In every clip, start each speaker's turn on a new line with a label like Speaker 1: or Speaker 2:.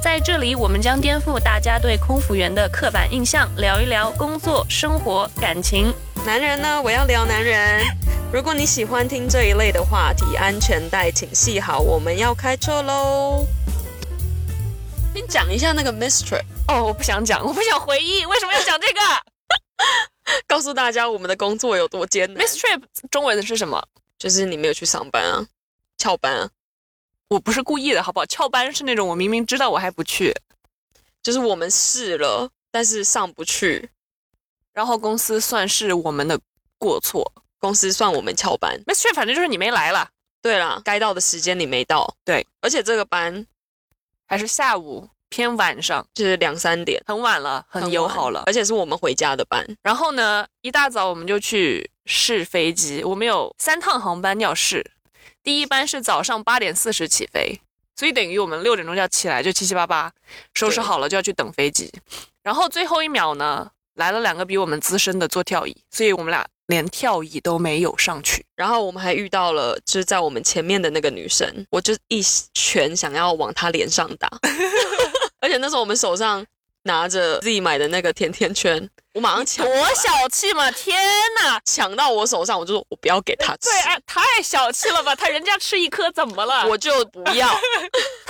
Speaker 1: 在这里，我们将颠覆大家对空服员的刻板印象，聊一聊工作、生活、感情。
Speaker 2: 男人呢？我要聊男人。如果你喜欢听这一类的话题，安全带请系好，我们要开车喽。先讲一下那个 mystery，
Speaker 1: 哦，我不想讲，我不想回忆，为什么要讲这个
Speaker 2: 告诉大家我们的工作有多艰难。
Speaker 1: ？Miss Trip 中文是什么？
Speaker 2: 就是你没有去上班啊，翘班啊，
Speaker 1: 我不是故意的，好不好？翘班是那种我明明知道我还不去，
Speaker 2: 就是我们试了，但是上不去，
Speaker 1: 然后公司算是我们的过错。
Speaker 2: 公司算我们翘班。
Speaker 1: Miss Trip 反正就是你没来了，
Speaker 2: 对啦，该到的时间你没到。
Speaker 1: 对，
Speaker 2: 而且这个班
Speaker 1: 还是下午偏晚上，
Speaker 2: 就是两三点，
Speaker 1: 很晚了，很友好了。
Speaker 2: 而且是我们回家的班。
Speaker 1: 然后呢，一大早我们就去试飞机，我们有三趟航班要试。第一班是早上八点四十起飞，所以等于我们六点钟就要起来，就七七八八收拾
Speaker 2: 对
Speaker 1: 好了就要去等飞机。然后最后一秒呢，来了两个比我们资深的做跳椅，所以我们俩连跳椅都没有上去。
Speaker 2: 然后我们还遇到了，就是在我们前面的那个女生，我就一拳想要往她脸上 打，而且那时候我们手上拿着自己买的那个甜甜圈，我马上抢
Speaker 1: 多小气嘛！天哪，
Speaker 2: 抢到我手上，我就说我不要给她吃
Speaker 1: 对，啊，太小气了吧！他人家吃一颗怎么了？
Speaker 2: 我就不要，
Speaker 1: 他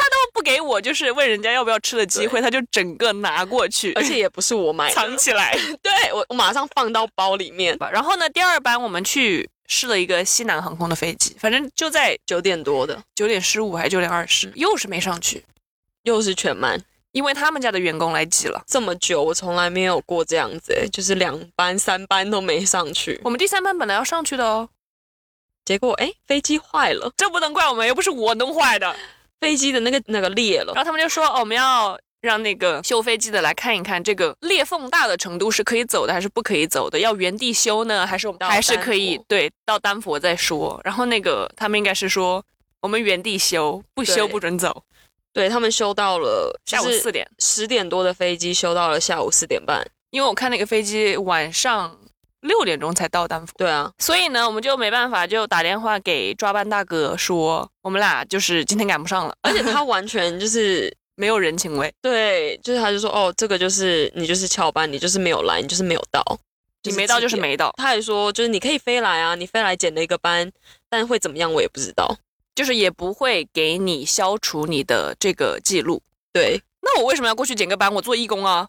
Speaker 1: 都不给我就是问人家要不要吃的机会，他就整个拿过去，
Speaker 2: 而且也不是我买的，
Speaker 1: 藏起来。
Speaker 2: 对我我马上放到包里面，
Speaker 1: 吧。然后呢，第二班我们去试了一个西南航空的飞机，反正就在
Speaker 2: 九点多的
Speaker 1: 九点十五还是九点二十，又是没上去，
Speaker 2: 又是全满，
Speaker 1: 因为他们家的员工来挤了。
Speaker 2: 这么久我从来没有过这样子、欸，就是两班三班都没上去，
Speaker 1: 我们第三班本来要上去的哦，
Speaker 2: 结果哎飞机坏了，
Speaker 1: 这不能怪我们，又不是我弄坏的。
Speaker 2: 飞机的那个那个裂了
Speaker 1: 然。后他们就说、哦我们要让那个修飞机的来看一看，这个裂缝大的程度是可以走的还是不可以走的，要原地修呢，还是我们
Speaker 2: 到
Speaker 1: 还是
Speaker 2: 丹
Speaker 1: 可以
Speaker 2: 佛
Speaker 1: 对到丹佛再说。然后那个他们应该是说我们原地修，不修
Speaker 2: 对
Speaker 1: 不准走。
Speaker 2: 对他们修到了
Speaker 1: 下午四点，
Speaker 2: 十点多的飞机修到了下午四点半。
Speaker 1: 因为我看那个飞机晚上六点钟才到丹佛，
Speaker 2: 对啊，
Speaker 1: 所以呢，我们就没办法，就打电话给抓班大哥说，我们俩就是今天赶不上了，
Speaker 2: 而且他完全就是
Speaker 1: 没有人情味，
Speaker 2: 对，就是他就说哦，这个就是你就是翘班，你就是没有来，你就是没有到，
Speaker 1: 你没到就是
Speaker 2: 几点。
Speaker 1: 没到，
Speaker 2: 他还说就是你可以飞来啊，你飞来捡了一个班，但会怎么样我也不知道。
Speaker 1: 就是也不会给你消除你的这个记录。
Speaker 2: 对，
Speaker 1: 那我为什么要过去捡个班？我做义工啊！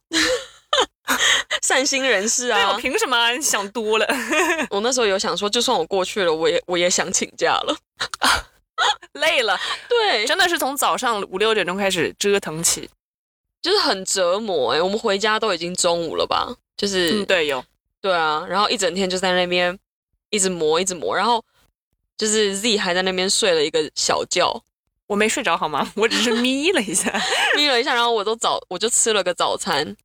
Speaker 2: 善心人士
Speaker 1: 对我
Speaker 2: 啊，
Speaker 1: 凭什么啊？你想多了，
Speaker 2: 我那时候有想说，就算我过去了，我也我也想请假了。
Speaker 1: 累了，
Speaker 2: 对，
Speaker 1: 真的是从早上五六点钟开始折腾起。
Speaker 2: 就是很折磨哎、我们回家都已经中午了吧？就是、
Speaker 1: 嗯，对，有
Speaker 2: 对啊，然后一整天就在那边一直磨，一直磨，然后就是 Z 还在那边睡了一个小觉，
Speaker 1: 我没睡着好吗？我只是眯了一下。
Speaker 2: 眯了一下，然后我都早我就吃了个早餐，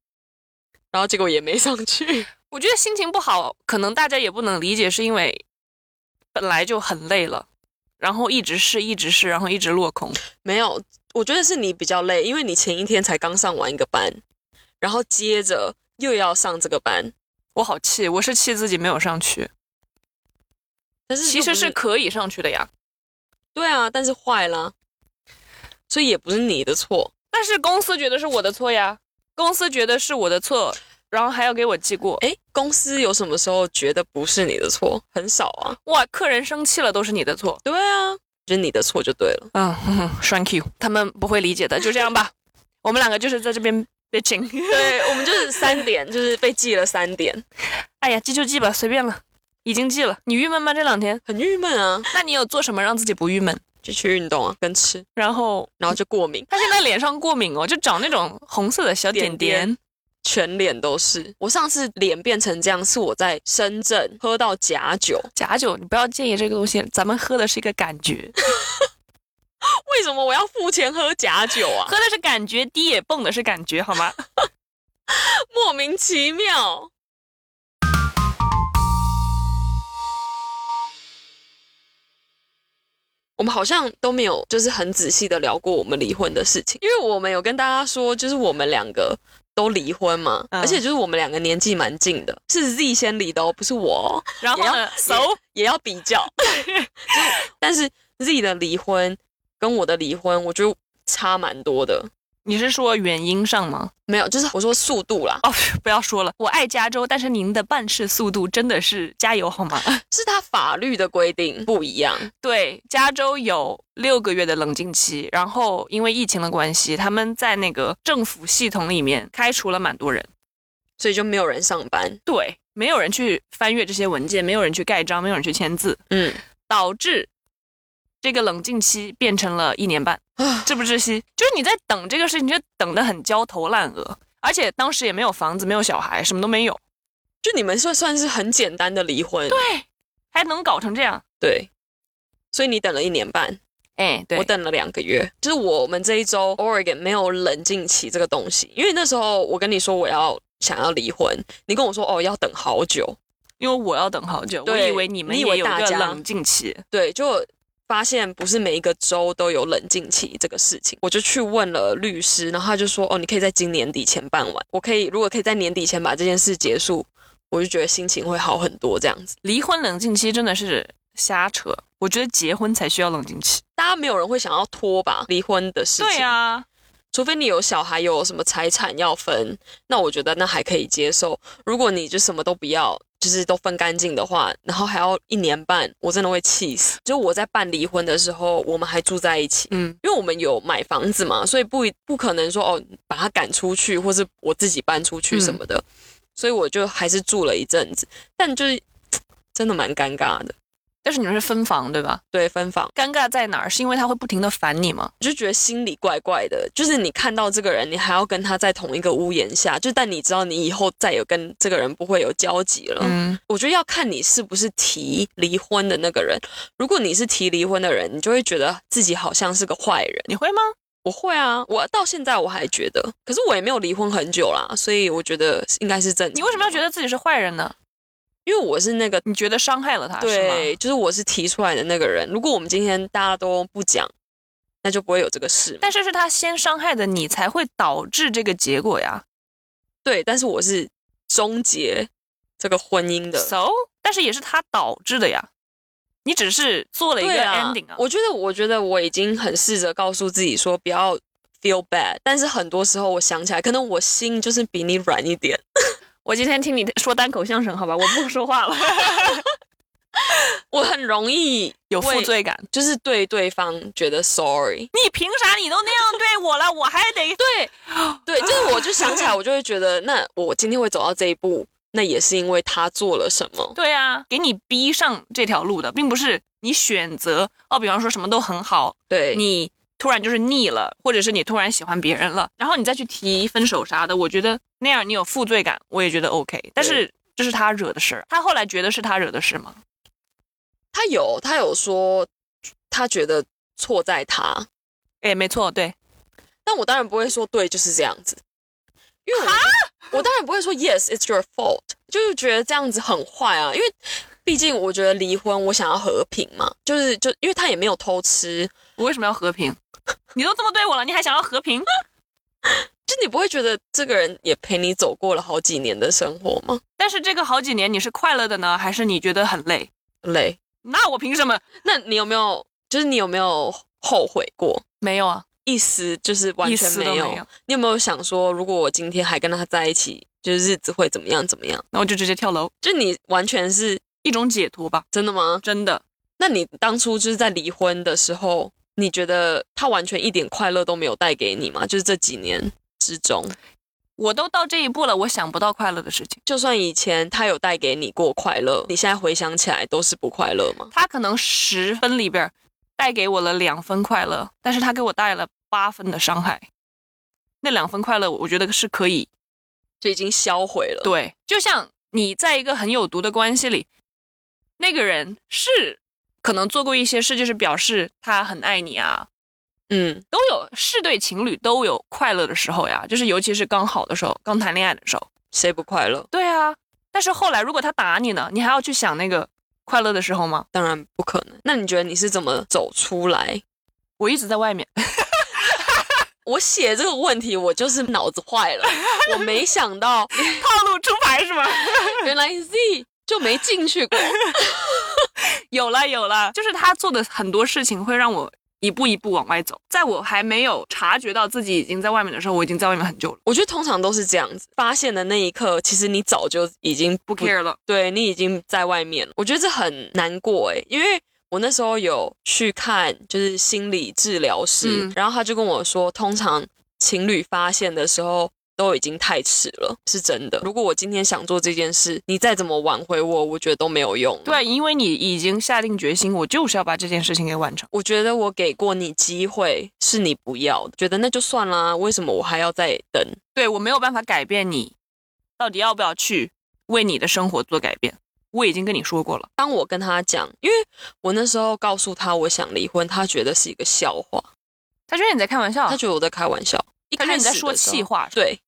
Speaker 2: 然后结果也没上去。
Speaker 1: 我觉得心情不好，可能大家也不能理解，是因为本来就很累了，然后一直试，一直试，然后一直落空。
Speaker 2: 没有，我觉得是你比较累，因为你前一天才刚上完一个班，然后接着又要上这个班，
Speaker 1: 我好气，我是气自己没有上去，
Speaker 2: 但是
Speaker 1: 其
Speaker 2: 又
Speaker 1: 实
Speaker 2: 不
Speaker 1: 是可以上去的呀。
Speaker 2: 对啊，但是坏啦，所以也不是你的错。
Speaker 1: 但是公司觉得是我的错呀，公司觉得是我的错，然后还要给我记过。
Speaker 2: 诶，公司有什么时候觉得不是你的错？很少啊。
Speaker 1: 哇，客人生气了都是你的错。
Speaker 2: 对啊，就是你的错就对了。
Speaker 1: 嗯哼，thank
Speaker 2: 啊
Speaker 1: you，他们不会理解的，就这样吧。我们两个就是在这边 bitching。
Speaker 2: 对，我们就是三点，就是被记了三点，
Speaker 1: 哎呀，记就记吧，随便了，已经记了。你郁闷吗？这两天？
Speaker 2: 很郁闷啊。
Speaker 1: 那你有做什么让自己不郁闷？
Speaker 2: 就去运动啊，跟吃，
Speaker 1: 然后
Speaker 2: 然后就过敏，
Speaker 1: 他现在脸上过敏哦，就长那种红色的小点点。
Speaker 2: 点全脸都是。我上次脸变成这样，是我在深圳喝到假酒。
Speaker 1: 假酒，你不要介意这个东西，咱们喝的是一个感觉，
Speaker 2: 为什么我要付钱喝假酒啊？
Speaker 1: 喝的是感觉，滴也蹦的是感觉，好吗？
Speaker 2: 莫名其妙。我们好像都没有，就是很仔细的聊过我们离婚的事情，因为我们有跟大家说，就是我们两个都离婚嘛，
Speaker 1: 嗯
Speaker 2: 而且就是我们两个年纪蛮近的，是 Z 先离的哦，不是我哦，
Speaker 1: 然后
Speaker 2: 也
Speaker 1: 呢
Speaker 2: 要
Speaker 1: ，so
Speaker 2: 也要比较。 就是但是 Z 的离婚跟我的离婚，我觉得差蛮多的。
Speaker 1: 你是说原因上吗？
Speaker 2: 没有，就是我说速度啦，
Speaker 1: 哦，不要说了，我爱加州，但是您的办事速度真的是加油好吗？
Speaker 2: 是他法律的规定不一样。
Speaker 1: 对，加州有六个月的冷静期，然后因为疫情的关系，他们在那个政府系统里面开除了蛮多人。
Speaker 2: 所以就没有人上班。
Speaker 1: 对，没有人去翻阅这些文件，没有人去盖章，没有人去签字，
Speaker 2: 嗯，
Speaker 1: 导致这个冷静期变成了一年半，
Speaker 2: 啊，
Speaker 1: 窒不窒息？就是你在等这个事情，你就等得很焦头烂额，而且当时也没有房子，没有小孩，什么都没有，
Speaker 2: 就你们算算是很简单的离婚，
Speaker 1: 对，还能搞成这样？
Speaker 2: 对所以你等了一年半，
Speaker 1: 哎，对，
Speaker 2: 我等了两个月。就是我们这一周 Oregon 没有冷静期这个东西，因为那时候我跟你说我要想要离婚，你跟我说哦要等好久，
Speaker 1: 因为我要等好久，我
Speaker 2: 对
Speaker 1: 以为你们
Speaker 2: 你以
Speaker 1: 也
Speaker 2: 为
Speaker 1: 有
Speaker 2: 大
Speaker 1: 一个
Speaker 2: 家
Speaker 1: 冷静期。
Speaker 2: 对，就发现不是每一个州都有冷静期这个事情，我就去问了律师，然后他就说，哦，你可以在今年底前办完，我可以如果可以在年底前把这件事结束，我就觉得心情会好很多这样子。
Speaker 1: 离婚冷静期真的是瞎扯，我觉得结婚才需要冷静期。
Speaker 2: 大家没有人会想要拖吧离婚的事情，
Speaker 1: 对啊，
Speaker 2: 除非你有小孩，有什么财产要分，那我觉得那还可以接受。如果你就什么都不要，就是都分干净的话，然后还要一年半，我真的会气死。就我在办离婚的时候，我们还住在一起，
Speaker 1: 嗯，
Speaker 2: 因为我们有买房子嘛，所以不一不可能说哦把他赶出去，或是我自己搬出去什么的，所以我就还是住了一阵子，但就是真的蛮尴尬的。
Speaker 1: 但是你们是分房对吧？
Speaker 2: 对，分房
Speaker 1: 尴尬在哪儿？是因为他会不停的烦你吗？
Speaker 2: 我就觉得心里怪怪的，就是你看到这个人，你还要跟他在同一个屋檐下，就但你知道你以后再有跟这个人不会有交集了。
Speaker 1: 嗯，
Speaker 2: 我觉得要看你是不是提离婚的那个人。如果你是提离婚的人，你就会觉得自己好像是个坏人。
Speaker 1: 你会吗？
Speaker 2: 我会啊，我到现在我还觉得，可是我也没有离婚很久啦，所以我觉得应该是正常。
Speaker 1: 你为什么要觉
Speaker 2: 得？
Speaker 1: 得自己是坏人呢？
Speaker 2: 因为我是那个
Speaker 1: 你觉得伤害了他是吗？
Speaker 2: 对，就是我是提出来的那个人。如果我们今天大家都不讲，那就不会有这个事嘛。
Speaker 1: 但是是他先伤害的你，才会导致这个结果呀。
Speaker 2: 对，但是我是终结这个婚姻的。
Speaker 1: So，但是也是他导致的呀。你只是做了一个
Speaker 2: 对啊
Speaker 1: ending 啊。
Speaker 2: 我觉得，我觉得我已经很试着告诉自己说不要 feel bad，但是很多时候我想起来，可能我心就是比你软一点。
Speaker 1: 我今天听你说单口相声，好吧，我不说话了，
Speaker 2: 我很容易
Speaker 1: 有负
Speaker 2: 为，
Speaker 1: 罪感。
Speaker 2: 就是对对方觉得 sorry。
Speaker 1: 你凭啥你都那样对我了，我还得
Speaker 2: 对，对，就是我就想起来，我就会觉得，那我今天会走到这一步，那也是因为他做了什么。
Speaker 1: 对啊，给你逼上这条路的，并不是你选择哦，比方说什么都很好，
Speaker 2: 对，
Speaker 1: 你突然就是腻了，或者是你突然喜欢别人了，然后你再去提分手啥的，我觉得那样你有负罪感，我也觉得 OK。但是这是他惹的事儿，他后来觉得是他惹的事吗？
Speaker 2: 他有，他有说，他觉得错在他，
Speaker 1: 哎，没错，对，
Speaker 2: 但我当然不会说对就是这样子，因为我我当然不会说 yes it's your fault，就是觉得这样子很坏啊，因为毕竟我觉得离婚我想要和平嘛，就是就因为他也没有偷吃，
Speaker 1: 我为什么要和平？ 你都这么对我了，你还想要和平？
Speaker 2: 就你不会觉得这个人也陪你走过了好几年的生活吗？
Speaker 1: 但是这个好几年你是快乐的呢，还是你觉得很累？
Speaker 2: 累，
Speaker 1: 那我凭什么？
Speaker 2: 那你有没有就是你有没有后悔过？
Speaker 1: 没有啊，
Speaker 2: 一丝就是完
Speaker 1: 一
Speaker 2: 全
Speaker 1: 丝
Speaker 2: 没
Speaker 1: 都
Speaker 2: 有。
Speaker 1: 没有。
Speaker 2: 你有没有想说，如果我今天还跟他在一起，就是日子会怎么样怎么样？
Speaker 1: 那我就直接跳楼，
Speaker 2: 就你完全是
Speaker 1: 一种解脱吧，
Speaker 2: 真的吗？
Speaker 1: 真的。
Speaker 2: 那你当初就是在离婚的时候，你觉得他完全一点快乐都没有带给你吗？就是这几年之中，
Speaker 1: 我都到这一步了，我想不到快乐的事情。
Speaker 2: 就算以前他有带给你过快乐，你现在回想起来都是不快乐吗？
Speaker 1: 他可能十分里边儿带给我了两分快乐，但是他给我带了八分的伤害。那两分快乐，我觉得是可以
Speaker 2: 就已经销毁了。，
Speaker 1: 对，就像你在一个很有毒的关系里，那个人是可能做过一些事，就是表示他很爱你啊，
Speaker 2: 嗯，
Speaker 1: 都有是对情侣都有快乐的时候呀，就是尤其是刚好的时候，刚谈恋爱的时候，
Speaker 2: 谁不快乐？
Speaker 1: 对啊，但是后来如果他打你呢，你还要去想那个快乐的时候吗？
Speaker 2: 当然不可能。那你觉得你是怎么走出来？
Speaker 1: 我一直在外面，
Speaker 2: 我写这个问题，我就是脑子坏了，我没想 到
Speaker 1: 套路出牌是吗？
Speaker 2: 原来 Z 就没进去过。
Speaker 1: 有了有了，就是他做的很多事情会让我一步一步往外走。在我还没有察觉到自己已经在外面的时候，我已经在外面很久了，
Speaker 2: 我觉得通常都是这样子，发现的那一刻，其实你早就已经
Speaker 1: 不 care 了。
Speaker 2: 对你已经在外面了。我觉得这很难过诶，因为我那时候有去看就是心理治疗师，
Speaker 1: 嗯
Speaker 2: 然后他就跟我说，通常情侣发现的时候。都已经太迟了，是真的。如果我今天想做这件事，你再怎么挽回我，我觉得都没有用。，
Speaker 1: 对，因为你已经下定决心，我就是要把这件事情给完成。
Speaker 2: 我觉得我给过你机会，是你不要的，觉得那就算啦，为什么我还要再等？
Speaker 1: 对我没有办法改变你，到底要不要去为你的生活做改变？我已经跟你说过了，
Speaker 2: 当我跟他讲，因为我那时候告诉他我想离婚，他觉得是一个笑话，
Speaker 1: 他觉得你在开玩笑，
Speaker 2: 他觉得我在开玩笑。一
Speaker 1: 哦他觉得
Speaker 2: 开
Speaker 1: 你
Speaker 2: 始
Speaker 1: 在说
Speaker 2: 的时候
Speaker 1: 气，话。
Speaker 2: 对，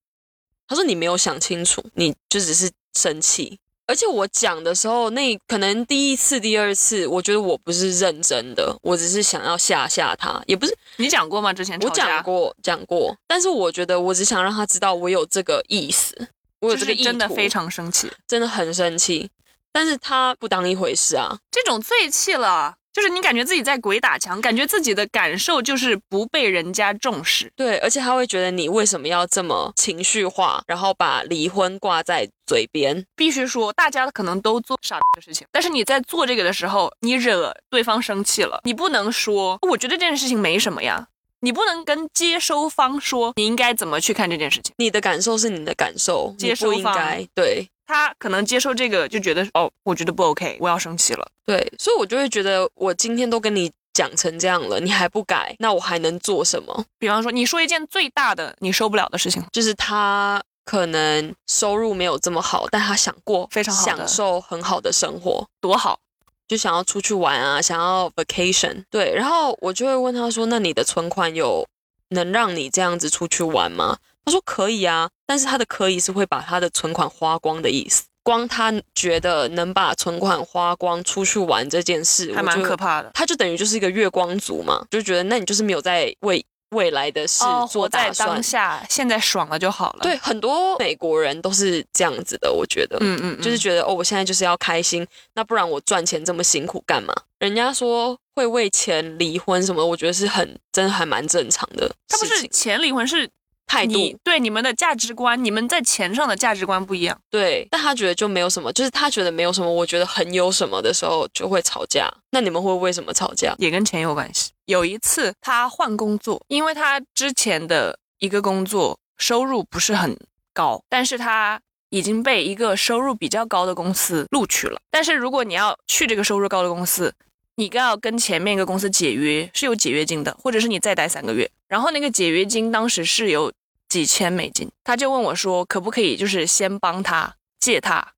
Speaker 2: 他说你没有想清楚，你就只是生气。而且我讲的时候，那可能第一次、第二次，我觉得我不是认真的，我只是想要吓吓他，也不是
Speaker 1: 你讲过吗？之前
Speaker 2: 我
Speaker 1: 吵架
Speaker 2: 讲，过讲过，但是我觉得我只想让他知道我有这个意思，我有
Speaker 1: 就
Speaker 2: 这个
Speaker 1: 是
Speaker 2: 意图，
Speaker 1: 真的非常生气，
Speaker 2: 真的很生气，但是他不当一回事啊，
Speaker 1: 这种最气了。就是你感觉自己在鬼打墙，感觉自己的感受就是不被人家重视。
Speaker 2: 对，而且他会觉得你为什么要这么情绪化，然后把离婚挂在嘴边。
Speaker 1: 必须说，大家可能都做傻的事情，但是你在做这个的时候，你惹对方生气了，你不能说我觉得这件事情没什么呀，你不能跟接收方说你应该怎么去看这件事情。
Speaker 2: 你的感受是你的感受，
Speaker 1: 接收
Speaker 2: 你不应
Speaker 1: 方
Speaker 2: 该。对
Speaker 1: 他可能接受这个就觉得哦，我觉得不 OK，我要生气了。
Speaker 2: 对，所以我就会觉得，我今天都跟你讲成这样了，你还不改，那我还能做什么？
Speaker 1: 比方说，你说一件最大的你受不了的事情，
Speaker 2: 就是他可能收入没有这么好，但他想过
Speaker 1: 非常好的
Speaker 2: 享受很好的生活。
Speaker 1: 多好，
Speaker 2: 就想要出去玩啊，想要 vacation，对，然后我就会问他说：“那你的存款有能让你这样子出去玩吗？”他说：“可以啊，但是他的可以是会把他的存款花光的意思。光他觉得能把存款花光出去玩这件事，
Speaker 1: 还蛮
Speaker 2: 我就
Speaker 1: 可怕的。
Speaker 2: 他就等于就是一个月光族嘛，就觉得那你就是没有在为未来的事
Speaker 1: 哦，
Speaker 2: 做
Speaker 1: 活在
Speaker 2: 打算。
Speaker 1: 当下，现在爽了就好了。
Speaker 2: 对，，很多美国人都是这样子的，我觉得，
Speaker 1: 嗯嗯，嗯
Speaker 2: 就是觉得哦，我现在就是要开心，那不然我赚钱这么辛苦干嘛？人家说会为钱离婚什么，我觉得是很真的还蛮正常的
Speaker 1: 他不
Speaker 2: 事
Speaker 1: 是
Speaker 2: 情
Speaker 1: 钱离婚，是
Speaker 2: 态
Speaker 1: 你
Speaker 2: 度
Speaker 1: 对你们的价值观，你们在钱上的价值观不一样。
Speaker 2: 对，但他觉得就没有什么，就是他觉得没有什么，我觉得很有什么的时候就会吵架。那你们会为什么吵架？
Speaker 1: 也跟钱有关系。有一次他换工作，因为他之前的一个工作收入不是很高，但是他已经被一个收入比较高的公司录取了。但是如果你要去这个收入高的公司，你更要跟前面一个公司解约，是有解约金的，或者是你再待三个月。然后那个解约金当时是有几千美金，他就问我说，可不可以就是先帮他借他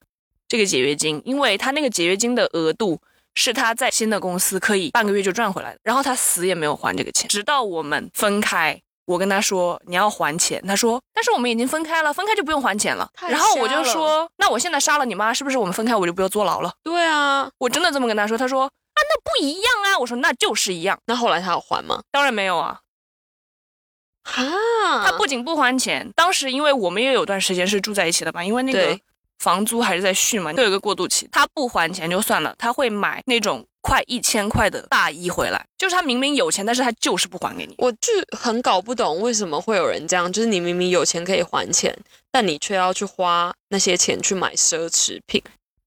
Speaker 1: 这个解约金，因为他那个解约金的额度是他在新的公司可以半个月就赚回来的，然后他死也没有还这个钱，直到我们分开。我跟他说你要还钱，他说但是我们已经分开了，分开就不用还钱了。
Speaker 2: 太
Speaker 1: 然后我
Speaker 2: 瞎
Speaker 1: 就
Speaker 2: 了
Speaker 1: 说那我现在杀了你妈，是不是我们分开我就不用坐牢了？
Speaker 2: 对啊，
Speaker 1: 我真的这么跟他说，他说啊那不一样啊，我说那就是一样，
Speaker 2: 那后来他有还吗？
Speaker 1: 当然没有啊。
Speaker 2: 哈，
Speaker 1: 他
Speaker 2: 嗯
Speaker 1: 不仅不还钱，当时因为我们也有段时间是住在一起的嘛，因为那个
Speaker 2: 对
Speaker 1: 房租还是在续嘛，都有一个过渡期。他不还钱就算了，他会买那种快一千块的大衣回来，就是他明明有钱，但是他就是不还给你。
Speaker 2: 我就很搞不懂为什么会有人这样，就是你明明有钱可以还钱，但你却要去花那些钱去买奢侈品。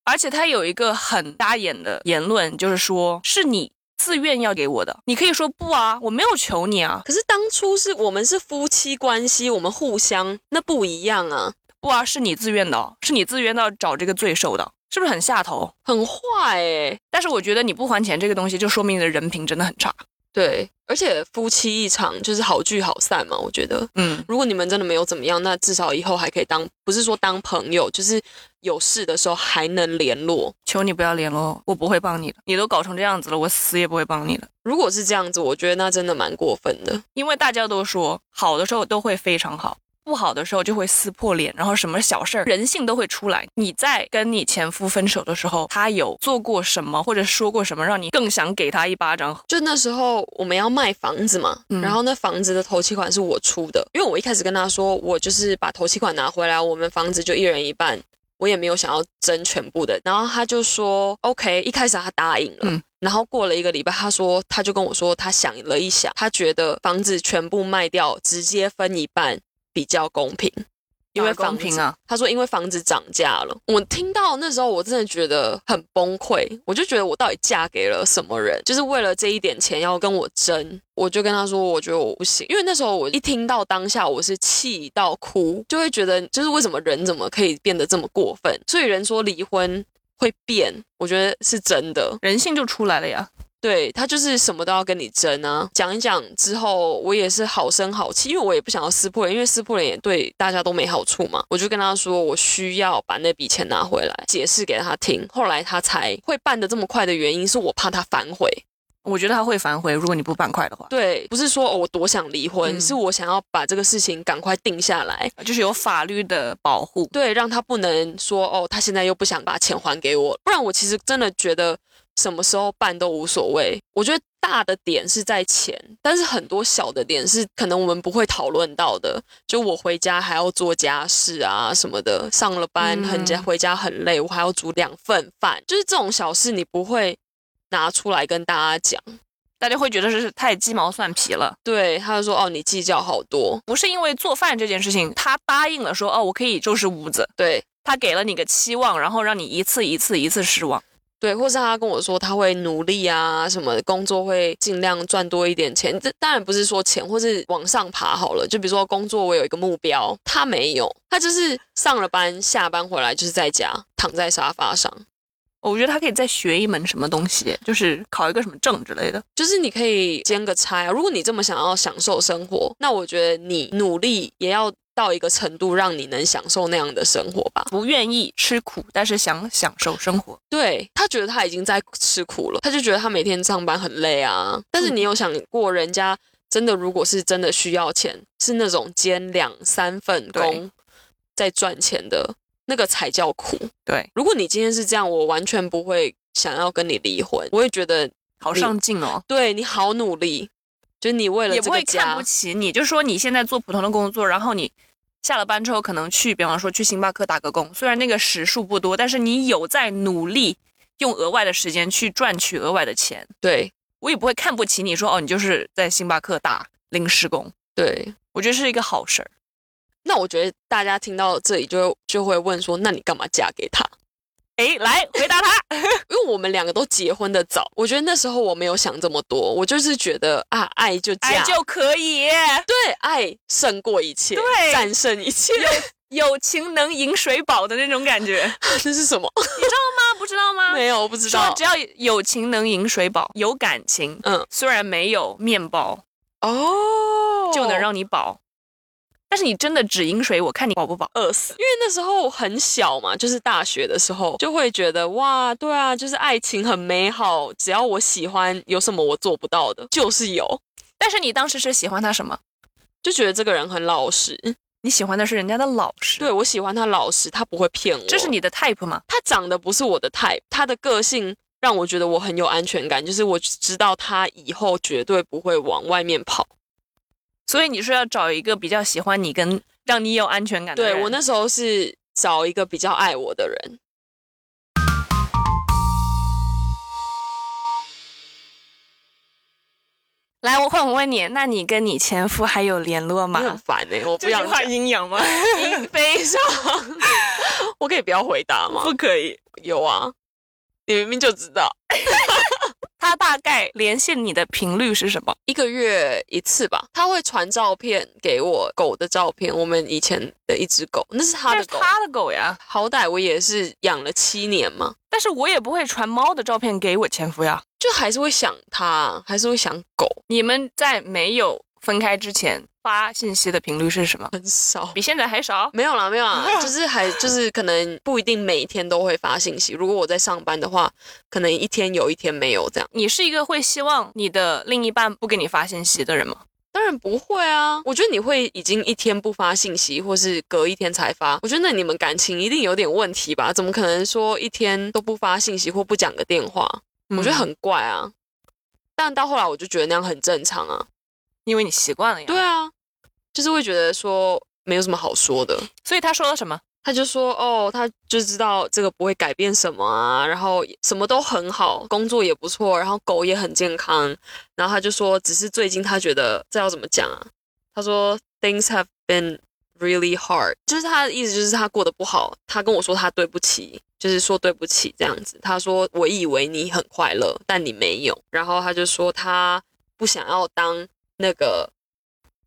Speaker 1: 而且他有一个很扎眼的言论，就是说是你自愿要给我的，你可以说不啊，我没有求你啊，
Speaker 2: 可是当初是我们是夫妻关系，我们互相那不一样啊，
Speaker 1: 不啊，是你自愿的哦，是你自愿到找这个罪受的，是不是很下头？
Speaker 2: 很坏欸诶、
Speaker 1: 但是我觉得你不还钱这个东西，就说明你的人品真的很差。
Speaker 2: 对，而且夫妻一场就是好聚好散嘛，我觉得。
Speaker 1: 嗯，
Speaker 2: 如果你们真的没有怎么样，那至少以后还可以当，不是说当朋友，就是有事的时候还能联络。
Speaker 1: 求你不要联络我，我不会帮你的。你都搞成这样子了，我死也不会帮你的。
Speaker 2: 如果是这样子，我觉得那真的蛮过分的。
Speaker 1: 因为大家都说好的时候都会非常好，不好的时候就会撕破脸，然后什么小事儿，人性都会出来。你在跟你前夫分手的时候，他有做过什么或者说过什么，让你更想给他一巴掌？
Speaker 2: 就那时候我们要卖房子嘛，
Speaker 1: 嗯
Speaker 2: 然后那房子的头期款是我出的，因为我一开始跟他说，我就是把头期款拿回来，我们房子就一人一半，我也没有想要争全部的。然后他就说 OK，一开始他答应了，
Speaker 1: 嗯
Speaker 2: 然后过了一个礼拜，他说他就跟我说，他想了一想，他觉得房子全部卖掉，直接分一半比较公平，因为
Speaker 1: 哪公
Speaker 2: 房
Speaker 1: 平
Speaker 2: 子
Speaker 1: 啊，
Speaker 2: 他说因为房子涨价了，我听到那时候我真的觉得很崩溃，我就觉得我到底嫁给了什么人，就是为了这一点钱要跟我争。我就跟他说，我觉得我不行，因为那时候我一听到当下我是气到哭，就会觉得就是为什么人怎么可以变得这么过分？所以人说离婚会变，我觉得是真的。
Speaker 1: 人性就出来了呀。
Speaker 2: 对他就是什么都要跟你争啊。讲一讲之后，我也是好声好气，因为我也不想要撕破脸，因为撕破脸也对大家都没好处嘛。我就跟他说，我需要把那笔钱拿回来，解释给他听。后来他才会办的这么快的原因，是我怕他反悔。
Speaker 1: 我觉得他会反悔，如果你不板块的话，
Speaker 2: 对，不是说、哦、我多想离婚，
Speaker 1: 嗯
Speaker 2: 是我想要把这个事情赶快定下来。
Speaker 1: 就是有法律的保护。
Speaker 2: 对，让他不能说哦，他现在又不想把钱还给我，不然我其实真的觉得什么时候办都无所谓。我觉得大的点是在钱，但是很多小的点是可能我们不会讨论到的。就我回家还要做家事啊什么的，上了班很家
Speaker 1: 嗯
Speaker 2: 回家很累，我还要煮两份饭，就是这种小事你不会拿出来跟大家讲。
Speaker 1: 大家会觉得是太鸡毛蒜皮了，
Speaker 2: 对，他就说哦，你计较好多。
Speaker 1: 不是因为做饭这件事情，他答应了说哦，我可以收拾屋子，
Speaker 2: 对
Speaker 1: 他给了你个期望，然后让你一次一次一次失望。
Speaker 2: 对，或是他跟我说他会努力啊，什么工作会尽量赚多一点钱。这当然不是说钱，或是往上爬好了。就比如说工作，我有一个目标，他没有，他就是上了班、下班回来就是在家躺在沙发上。
Speaker 1: 我觉得他可以再学一门什么东西，就是考一个什么证之类的。
Speaker 2: 就是你可以兼个差啊，如果你这么想要享受生活，那我觉得你努力也要到一个程度，让你能享受那样的生活吧。
Speaker 1: 不愿意吃苦，但是想享受生活。
Speaker 2: 对他觉得他已经在吃苦了，他就觉得他每天上班很累啊。但是你
Speaker 1: 嗯
Speaker 2: 有想过，人家真的如果是真的需要钱，是那种兼两三份工
Speaker 1: 对
Speaker 2: 在赚钱的那个才叫苦。
Speaker 1: 对，
Speaker 2: 如果你今天是这样，我完全不会想要跟你离婚，我会觉得
Speaker 1: 好上进哦，
Speaker 2: 对你好努力，就是你为了
Speaker 1: 也
Speaker 2: 这
Speaker 1: 不
Speaker 2: 个
Speaker 1: 会看
Speaker 2: 家
Speaker 1: 不，起你。就说你现在做普通的工作，然后你下了班之后可能去，比方说去星巴克打个工，虽然那个时数不多，但是你有在努力用额外的时间去赚取额外的钱。
Speaker 2: 对
Speaker 1: 我也不会看不起你说哦，你就是在星巴克打临时工，
Speaker 2: 对。
Speaker 1: 我觉得是一个好事儿。
Speaker 2: 那我觉得大家听到这里就就会问说，那你干嘛嫁给他？
Speaker 1: 哎，来回 答他。
Speaker 2: 因为我们两个都结婚的早，我觉得那时候我没有想这么多，我就是觉得啊，爱就嫁，
Speaker 1: 爱就可以，
Speaker 2: 对，爱胜过一切，
Speaker 1: 对
Speaker 2: 战胜一切，
Speaker 1: 友情能饮水饱的那种感觉，
Speaker 2: 这是什么？
Speaker 1: 啊，不知道吗？
Speaker 2: 没有，我不知
Speaker 1: 说
Speaker 2: 道
Speaker 1: 只。要友情能饮水饱，有感情，
Speaker 2: 嗯，
Speaker 1: 虽然没有面包
Speaker 2: 哦，
Speaker 1: 就能让你饱，但是你真的只饮水，我看你饱不饱。
Speaker 2: 饿死，因为那时候很小嘛，就是大学的时候，就会觉得哇，对啊，就是爱情很美好，只要我喜欢，有什么我做不到的，就是有，
Speaker 1: 但是你当时是喜欢他什么？
Speaker 2: 就觉得这个人很老实，
Speaker 1: 你喜欢的是人家的老实，
Speaker 2: 对，我喜欢他老实，他不会骗我，
Speaker 1: 这是你的 type 吗？
Speaker 2: 他长得不是我的 type，他的个性让我觉得我很有安全感，就是我知道他以后绝对不会往外面跑。
Speaker 1: 所以你说要找一个比较喜欢你跟让你有安全感的人。
Speaker 2: 对我那时候是找一个比较爱我的人，
Speaker 1: 来，我换我问你，那你跟你前夫还有联络
Speaker 2: 你很
Speaker 1: 吗？
Speaker 2: 烦哎、我不
Speaker 1: 这句
Speaker 2: 想
Speaker 1: 话
Speaker 2: 讲
Speaker 1: 阴阳 吗？
Speaker 2: 悲伤， 我可以不要回答吗？
Speaker 1: 不可以。
Speaker 2: 有啊，你明明就知道，
Speaker 1: 他大概联系你的频率是什么？
Speaker 2: 一个月一次吧，他会传照片给我，狗的照片，我们以前的一只狗，那是他
Speaker 1: 那
Speaker 2: 的
Speaker 1: 是
Speaker 2: 狗，
Speaker 1: 他的狗呀。
Speaker 2: 好歹我也是养了七年嘛，
Speaker 1: 但是我也不会传猫的照片给我前夫呀。
Speaker 2: 就还是会想他，还是会想狗，
Speaker 1: 你们在没有分开之前发信息的频率是什么？
Speaker 2: 很少。
Speaker 1: 比现在还少？
Speaker 2: 没有啦，没有啦，就是还就是可能不一定每天都会发信息。如果我在上班的话，可能一天有一天没有这样。
Speaker 1: 你是一个会希望你的另一半不给你发信息的人吗？
Speaker 2: 当然不会啊，我觉得你会已经一天不发信息，或是隔一天才发，我觉得那你们感情一定有点问题吧？怎么可能说一天都不发信息或不讲个电话？我觉得
Speaker 1: 嗯，
Speaker 2: 很怪啊。但到后来我就觉得那样很正常啊。
Speaker 1: 因为你习惯了呀。
Speaker 2: 对，啊，就是会觉得说没有什么好说的。
Speaker 1: 所以他说了什么？
Speaker 2: 他就说哦，他就知道这个不会改变什么啊，然后什么都很好，工作也不错，然后狗也很健康，然后他就说，只是最近他觉得这要怎么讲啊？他说 things have been really hard，就是他的意思就是他过得不好，他跟我说他对不起，就是说对不起这样子。他说我以为你很快乐，但你没有。然后他就说他不想要当那个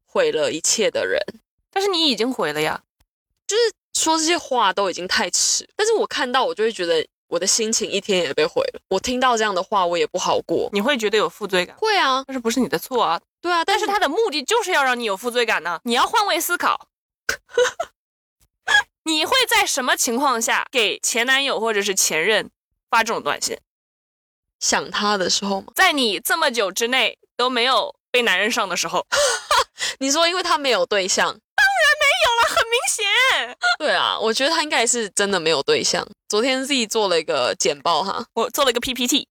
Speaker 2: 毁了一切的人。
Speaker 1: 但是你已经回了呀。
Speaker 2: 说这些话都已经太迟，但是我看到我就会觉得我的心情一天也被毁了。我听到这样的话，我也不好过。
Speaker 1: 你会觉得有负罪感，
Speaker 2: 会啊，
Speaker 1: 但是不是你的错啊？
Speaker 2: 对啊，但
Speaker 1: 但
Speaker 2: 是
Speaker 1: 是
Speaker 2: 他
Speaker 1: 他的目的就是要让你有负罪感呢。你要换位思考， 你会在什么情况下给前男友或者是前任发这种短信？
Speaker 2: 想他的时候嘛，
Speaker 1: 在你这么久之内都没有被男人上的时候，
Speaker 2: 你说因为他没有对 象，
Speaker 1: 很明显。
Speaker 2: 对啊，我觉得他应该是真的没有对象。昨天 Z 做了一个简报哈，
Speaker 1: 我做了一个 PPT，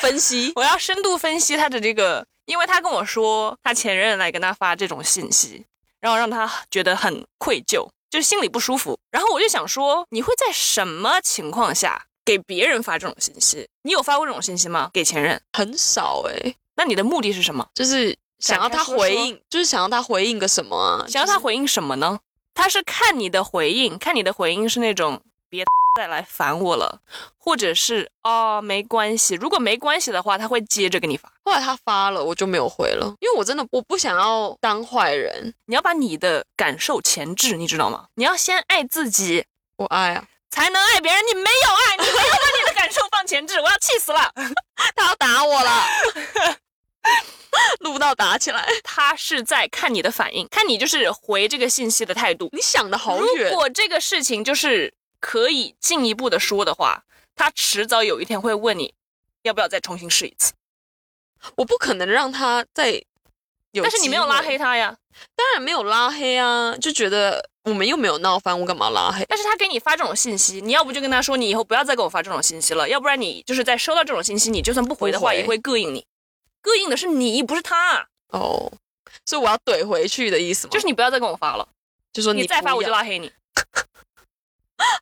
Speaker 2: 分 析，
Speaker 1: 我要深度分析他的这个，因为他跟我说他前任来跟他发这种信息，然后让他觉得很愧疚，就是心里不舒服。然后我就想说，你会在什么情况下给别人发这种信息？你有发过这种信息吗？给前任？
Speaker 2: 很少诶、
Speaker 1: 那你的目的是什么？
Speaker 2: 就是想要他回应，就是想要他回应个什么啊？
Speaker 1: 想要他回应什么呢？他是看你的回应，看你的回应是那种别再来烦我了，或者是哦没关系。如果没关系的话，他会接着给你发。
Speaker 2: 后来他发了，我就没有回了，因为我真的我不想要当坏人，
Speaker 1: 你要把你的感受前置，你知道吗？你要先爱自己，
Speaker 2: 我爱啊，
Speaker 1: 才能爱别人。你没有爱，你没有把你的感受放前置，我要气死 了。
Speaker 2: 他要打我了，录到打起来。
Speaker 1: 他是在看你的反应，看你就是回这个信息的态度。
Speaker 2: 你想的好
Speaker 1: 如
Speaker 2: 远，
Speaker 1: 果这个事情就是可以进一步的说的话，他迟早有一天会问你，要不要再重新试一次。
Speaker 2: 我不可能让他再有。
Speaker 1: 但是你没有拉黑，他呀，
Speaker 2: 当然没有拉黑啊，就觉得我们又没有闹翻，我干嘛拉黑？
Speaker 1: 但是他给你发这种信息，你要不就跟他说你以后不要再给我发这种信息了，要不然你就是在收到这种信息，你就算不回的
Speaker 2: 不
Speaker 1: 话
Speaker 2: 回
Speaker 1: 也会膈应你。膈应的是你，不是他。
Speaker 2: 哦，所以我要怼回去的意思吗？
Speaker 1: 就是你不要再跟我发了，
Speaker 2: 就说
Speaker 1: 哦你再
Speaker 2: 不
Speaker 1: 发我
Speaker 2: 要
Speaker 1: 就，拉黑你。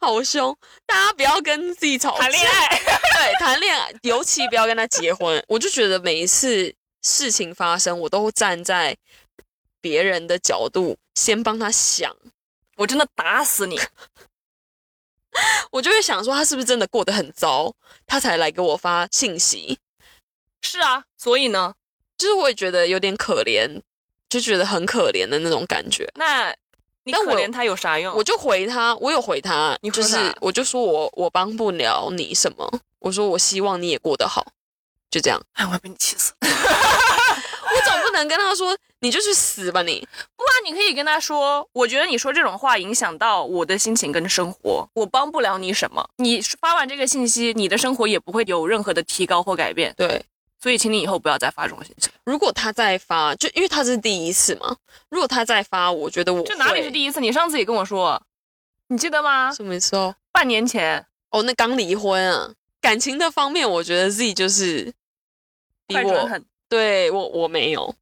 Speaker 2: 好凶！大家不要跟自己吵
Speaker 1: 谈恋
Speaker 2: 架，
Speaker 1: 爱，
Speaker 2: 对，谈恋爱，尤其不要跟他结婚。我就觉得每一次事情发生，我都站在别人的角度，先帮他想，
Speaker 1: 我真的打死你！
Speaker 2: 我就会想说他是不是真的过得很糟，他才来给我发信息。
Speaker 1: 是啊，所以呢，
Speaker 2: 就是我也觉得有点可怜，就觉得很可怜的那种感觉。
Speaker 1: 那你
Speaker 2: 但
Speaker 1: 可
Speaker 2: 我
Speaker 1: 怜他有啥用？
Speaker 2: 我就回他，我有回他，
Speaker 1: 你
Speaker 2: 就
Speaker 1: 回
Speaker 2: 是
Speaker 1: 啥
Speaker 2: 我就说我我帮不了你什么，我说我希望你也过得好，就这样。
Speaker 1: 哎，我要被你气死！
Speaker 2: 我总不能跟他说你就去死吧 你，
Speaker 1: 不啊然你可以跟他说，我觉得你说这种话影响到我的心情跟生活，我帮不了你什么。你发完这个信息，你的生活也不会有任何的提高或改变，
Speaker 2: 对。
Speaker 1: 所以请你以后不要再发这种信息。
Speaker 2: 如果他再发，就因为他是第一次嘛。如果他再发，我觉得我
Speaker 1: 这哪里是
Speaker 2: 一
Speaker 1: 第一次？你上次也跟我说，你记得吗？
Speaker 2: 什么时候？
Speaker 1: 半年前，
Speaker 2: 哦，那刚离婚啊。感情的方面，我觉得 Z 就是比
Speaker 1: 快准
Speaker 2: 我
Speaker 1: 很，
Speaker 2: 对我我没有，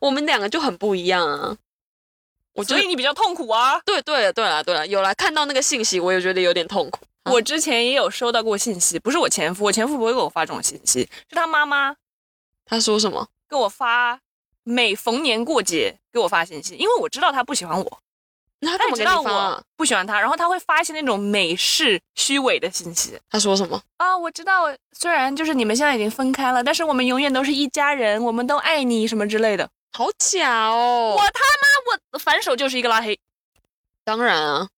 Speaker 2: 我们两个就很不一样啊。我觉
Speaker 1: 所
Speaker 2: 得
Speaker 1: 以你比较痛苦啊。
Speaker 2: 对对了对了对了，有来看到那个信息，我也觉得有点痛苦。啊
Speaker 1: 我之前也有收到过信息，不是我前夫，我前夫不会给我发这种信息，是他妈妈
Speaker 2: 他说什么？
Speaker 1: 给我发，每逢年过节给我发信息，因为我知道他不喜欢我，
Speaker 2: 那他
Speaker 1: 他
Speaker 2: 怎么给你
Speaker 1: 也知道
Speaker 2: 发啊、
Speaker 1: 我不喜欢他，然后他会发一些那种美式虚伪的信息
Speaker 2: 他说什么？
Speaker 1: 啊，我知道，虽然就是你们现在已经分开了，但是我们永远都是一家人，我们都爱你什么之类的。
Speaker 2: 好假哦！
Speaker 1: 我他妈，我反手就是一个拉黑，
Speaker 2: 当然啊，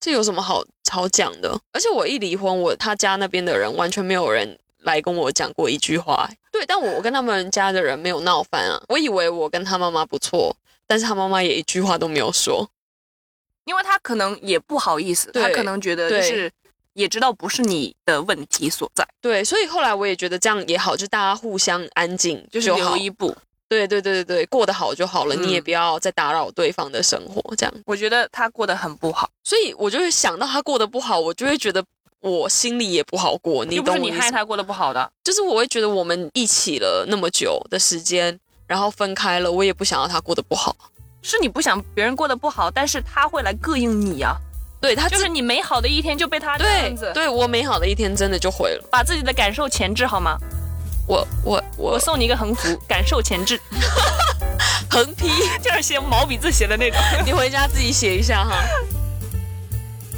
Speaker 2: 这有什么好好讲的？而且我一离婚，我他家那边的人完全没有人来跟我讲过一句话、哎对，但我我跟他们家的人没有闹翻啊。我以为我跟他妈妈不错，但是他妈妈也一句话都没有说。
Speaker 1: 因为他可能也不好意思，
Speaker 2: 对
Speaker 1: 他可能觉得就
Speaker 2: 对
Speaker 1: 是也知道不是你的问题所在，
Speaker 2: 对，所以后来我也觉得这样也好，就大家互相安静
Speaker 1: 就是
Speaker 2: 好
Speaker 1: 留一步。
Speaker 2: 对对对对对，过得好就好了，你也
Speaker 1: 嗯
Speaker 2: 不要再打扰对方的生活，这样。
Speaker 1: 我觉得他过得很不好，
Speaker 2: 所以我就会想到他过得不好，我就会觉得我心里也不好过，你
Speaker 1: 又不
Speaker 2: 懂
Speaker 1: 是
Speaker 2: 我
Speaker 1: 你
Speaker 2: 意思
Speaker 1: 害他过得不好的。
Speaker 2: 就是我会觉得我们一起了那么久的时间，然后分开了，我也不想要他过得不好。
Speaker 1: 是你不想别人过得不好，但是他会来膈应你啊！
Speaker 2: 对他
Speaker 1: 就是
Speaker 2: 自
Speaker 1: 你美好的一天就被他这样子
Speaker 2: 对，对我美好的一天真的就毁了。
Speaker 1: 把自己的感受前置好吗？
Speaker 2: 我我
Speaker 1: 我
Speaker 2: 我
Speaker 1: 送你一个横幅，感受前置，
Speaker 2: 横批，
Speaker 1: 就是写毛笔字写的那种。
Speaker 2: 你回家自己写一下哈。